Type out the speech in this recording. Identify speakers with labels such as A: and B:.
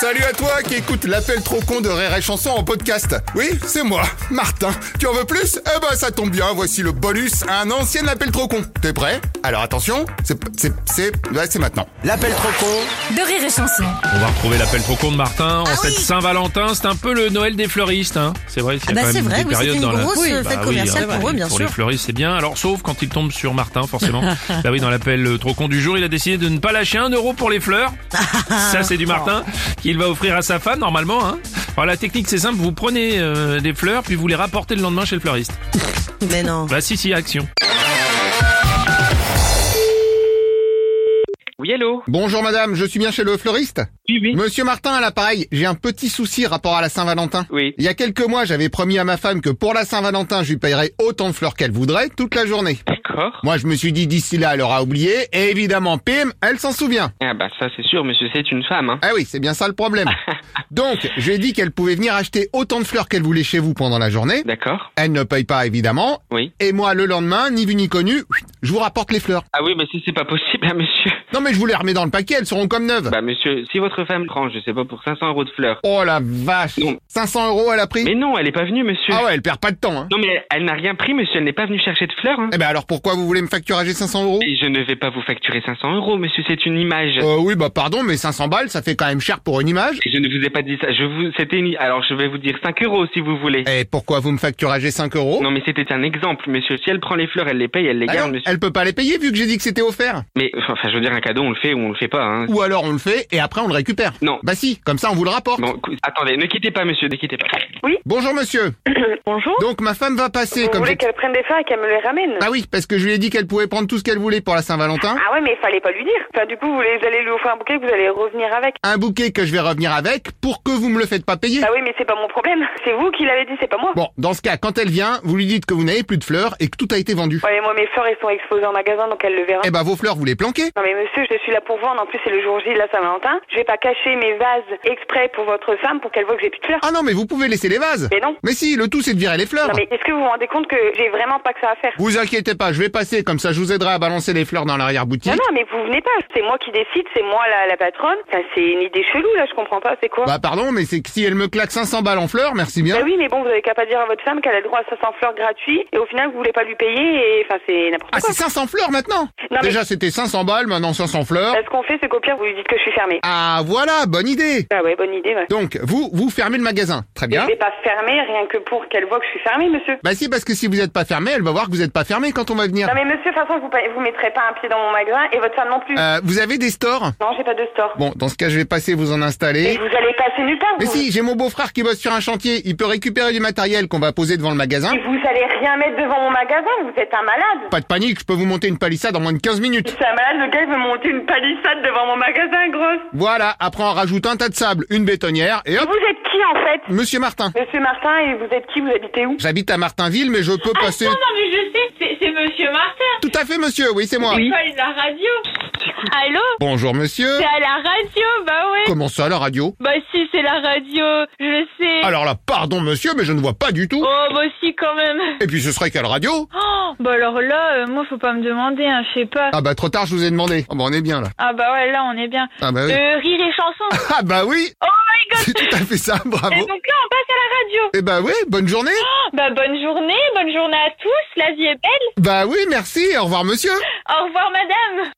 A: Salut à toi qui écoute l'appel trop con de Rire et Chanson en podcast. Oui, c'est moi, Martin. Tu en veux plus Eh ben ça tombe bien, voici le bonus à un ancien appel trop con. T'es prêt Alors attention, c'est c'est c'est ouais, c'est maintenant.
B: L'appel trop con
C: de rire et chanson.
D: On va retrouver l'appel trop con de Martin en
E: Ah
D: cette Saint-Valentin. C'est un peu le Noël des fleuristes, hein. C'est vrai.
E: Ah bah c'est vrai, oui,
D: période
E: c'était une grosse fête commerciale pour eux,
D: bah
E: bien
D: hein. Pour
E: sûr.
D: les fleuristes, c'est bien. Alors, sauf quand il tombe sur Martin, forcément. bah oui, dans l'appel euh, trop con du jour, il a décidé de ne pas lâcher un euro pour les fleurs. Ça, c'est du
E: Oh.
D: Martin qu'il va offrir à sa femme, normalement. Hein. Alors, la technique, c'est simple. Vous prenez euh, des fleurs, puis vous les rapportez le lendemain chez le fleuriste.
E: Mais non.
D: Bah si, si, action.
F: Oui, allô
A: Bonjour madame, je suis bien chez le fleuriste
F: Oui, oui.
A: Monsieur Martin à l'appareil, j'ai un petit souci rapport à la Saint-Valentin.
F: Oui.
A: Il y a quelques mois, j'avais promis à ma femme que pour la Saint-Valentin, je lui payerais autant de fleurs qu'elle voudrait toute la journée.
F: D'accord.
A: Moi, je me suis dit d'ici là, elle aura oublié et évidemment, pim, elle s'en souvient.
F: Ah bah ça c'est sûr, monsieur, c'est une femme. Hein.
A: Ah oui, c'est bien ça le problème. Donc, j'ai dit qu'elle pouvait venir acheter autant de fleurs qu'elle voulait chez vous pendant la journée.
F: D'accord.
A: Elle ne paye pas, évidemment.
F: Oui.
A: Et moi, le lendemain, ni vu ni connu, je vous rapporte les fleurs.
F: Ah oui, mais si c'est pas possible, hein, monsieur.
A: Non, mais je vous les remets dans le paquet, elles seront comme neuves.
F: Bah monsieur, si votre femme prend, je sais pas, pour 500 euros de fleurs.
A: Oh la vache
F: Non.
A: 500 euros, elle a pris
F: Mais non, elle est pas venue, monsieur.
A: Ah ouais, elle perd pas de temps. Hein.
F: Non mais elle, elle n'a rien pris, monsieur, elle n'est pas venue chercher de fleurs. Hein.
A: Eh ben alors, pourquoi vous voulez me facturager 500 euros
F: Et je ne vais pas vous facturer 500 euros, monsieur, c'est une image.
A: euh, Oui, bah pardon, mais 500 balles, ça fait quand même cher pour une image.
F: Et je ne vous ai pas dit ça, je vous... C'était une... Alors je vais vous dire 5 euros si vous voulez.
A: Et pourquoi vous me facturagez 5 euros
F: Non mais c'était un exemple, monsieur. Si elle prend les fleurs, elle les paye, elle les
A: Ah
F: garde,
A: non, eh.
F: monsieur.
A: Elle peut pas les payer vu que j'ai dit que c'était offert.
F: Mais enfin, je veux dire, un cadeau, on le fait ou on le fait pas. Hein.
A: Ou alors on le fait et après on le récupère.
F: Non.
A: Bah si, comme ça on vous le rapporte.
F: Bon, cou- attendez, ne quittez pas, monsieur, ne quittez pas.
A: Bonjour monsieur.
G: Bonjour.
A: Donc ma femme va passer
G: Vous
A: comme
G: voulez
A: j'ai-
G: qu'elle prenne des fleurs et qu'elle me les ramène
A: Ah oui, parce que je lui ai dit qu'elle pouvait prendre tout ce qu'elle voulait pour la Saint-Valentin.
G: Ah ouais, mais il fallait pas lui dire. Enfin, du coup, vous les- vous allez lui offrir un bouquet que vous allez revenir avec.
A: Un bouquet que je vais revenir avec pour que vous me le faites pas payer.
G: Bah oui, mais c'est pas mon problème. C'est vous qui l'avez dit, c'est pas moi.
A: Bon, dans ce cas, quand elle vient, vous lui dites que vous n'avez plus de fleurs et que tout a été vendu.
G: Ouais, mais moi, mes fleurs, elles sont exposées en magasin, donc elle le verra.
A: Eh bah vos fleurs, vous les planquez.
G: Non mais monsieur, je suis là pour vendre. En plus, c'est le jour J de la Saint-Valentin. Je vais pas cacher mes vases exprès pour votre femme pour qu'elle voit que j'ai plus de fleurs.
A: Ah non, mais vous pouvez laisser les vases.
G: Mais non.
A: Mais si, le tout c'est de virer les fleurs.
G: Non mais est-ce que vous vous rendez compte que j'ai vraiment pas que ça à faire
A: Vous inquiétez pas, je vais passer, comme ça je vous aiderai à balancer les fleurs dans l'arrière-boutique.
G: Non non, mais vous venez pas. C'est moi qui décide, c'est moi la, la patronne. Enfin, c'est une idée chelou là, je comprends pas. C'est quoi
A: Bah pardon, mais c'est que si elle me claque 500 balles en fleurs, merci bien.
G: Bah oui, mais bon, vous avez qu'à pas dire à votre femme qu'elle a le droit à 500 fleurs gratuits et au final vous voulez pas lui payer et enfin c'est n'importe
A: Ah
G: quoi.
A: c'est 500 fleurs maintenant
G: Non, mais-
A: Déjà c'était 500 balles, maintenant 500 fleurs.
G: Bah, ce qu'on fait, c'est qu'au pire vous lui dites que je suis fermée.
A: Ah voilà, bonne idée
G: Ah ouais, bonne idée. Ouais.
A: Donc, hein vous, vous fermez le magasin. Très
G: Je
A: bien.
G: vais pas fermer rien que pour qu'elle voit que je suis fermée, monsieur.
A: Bah si, parce que si vous n'êtes pas fermé, elle va voir que vous n'êtes pas fermé quand on va venir.
G: Non mais monsieur, de toute façon, vous pa- vous mettrez pas un pied dans mon magasin et votre femme non plus.
A: Euh, vous avez des stores
G: Non, j'ai pas de store.
A: Bon, dans ce cas, je vais passer vous en
G: Et
A: installer.
G: vous allez passer nulle part.
A: Mais
G: vous.
A: si, j'ai mon beau-frère qui bosse sur un chantier. Il peut récupérer du matériel qu'on va poser devant le magasin.
G: Et vous allez rien mettre devant mon magasin, vous êtes un malade.
A: Pas de panique, je peux vous monter une palissade en moins de 15 minutes.
G: C'est un malade, le gars il veut monter une palissade devant mon magasin, grosse.
A: Voilà, après on rajoute un tas de sable, une bétonnière, et hop,
G: Vous êtes qui en fait
A: Monsieur Martin.
G: Monsieur Martin, et vous êtes qui Vous habitez où
A: J'habite à Martinville, mais je peux passer...
H: Non, Ah, oh, non, mais je sais, c'est- c'est Monsieur Martin.
A: Tout à fait, monsieur, oui, c'est moi.
H: C'est pas la radio. Allô
A: Bonjour, monsieur.
H: C'est à la radio, bah ouais.
A: Comment ça, la radio
H: Bah si, c'est la radio, je sais.
A: Alors là, pardon, monsieur, mais je ne vois pas du tout.
H: Oh, bah si, quand même.
A: Et puis ce serait quelle radio
H: Oh, bah alors là, euh, moi, faut pas me demander, hein, je sais pas.
A: Ah bah trop tard, je vous ai demandé. Ah bah on est bien là.
H: Ah bah ouais, là, on est bien.
A: Ah bah oui.
H: Euh, rire et chanson.
A: Ah bah oui,
H: Oh my god
A: c'est tout à fait ça,
H: Et
A: bravo.
H: donc là, on passe à la radio.
A: Eh bah oui, bonne journée.
H: Oh, Bah bonne journée, bonne journée à tous, la vie est belle.
A: Bah oui, merci, au revoir monsieur.
H: Au revoir, madame.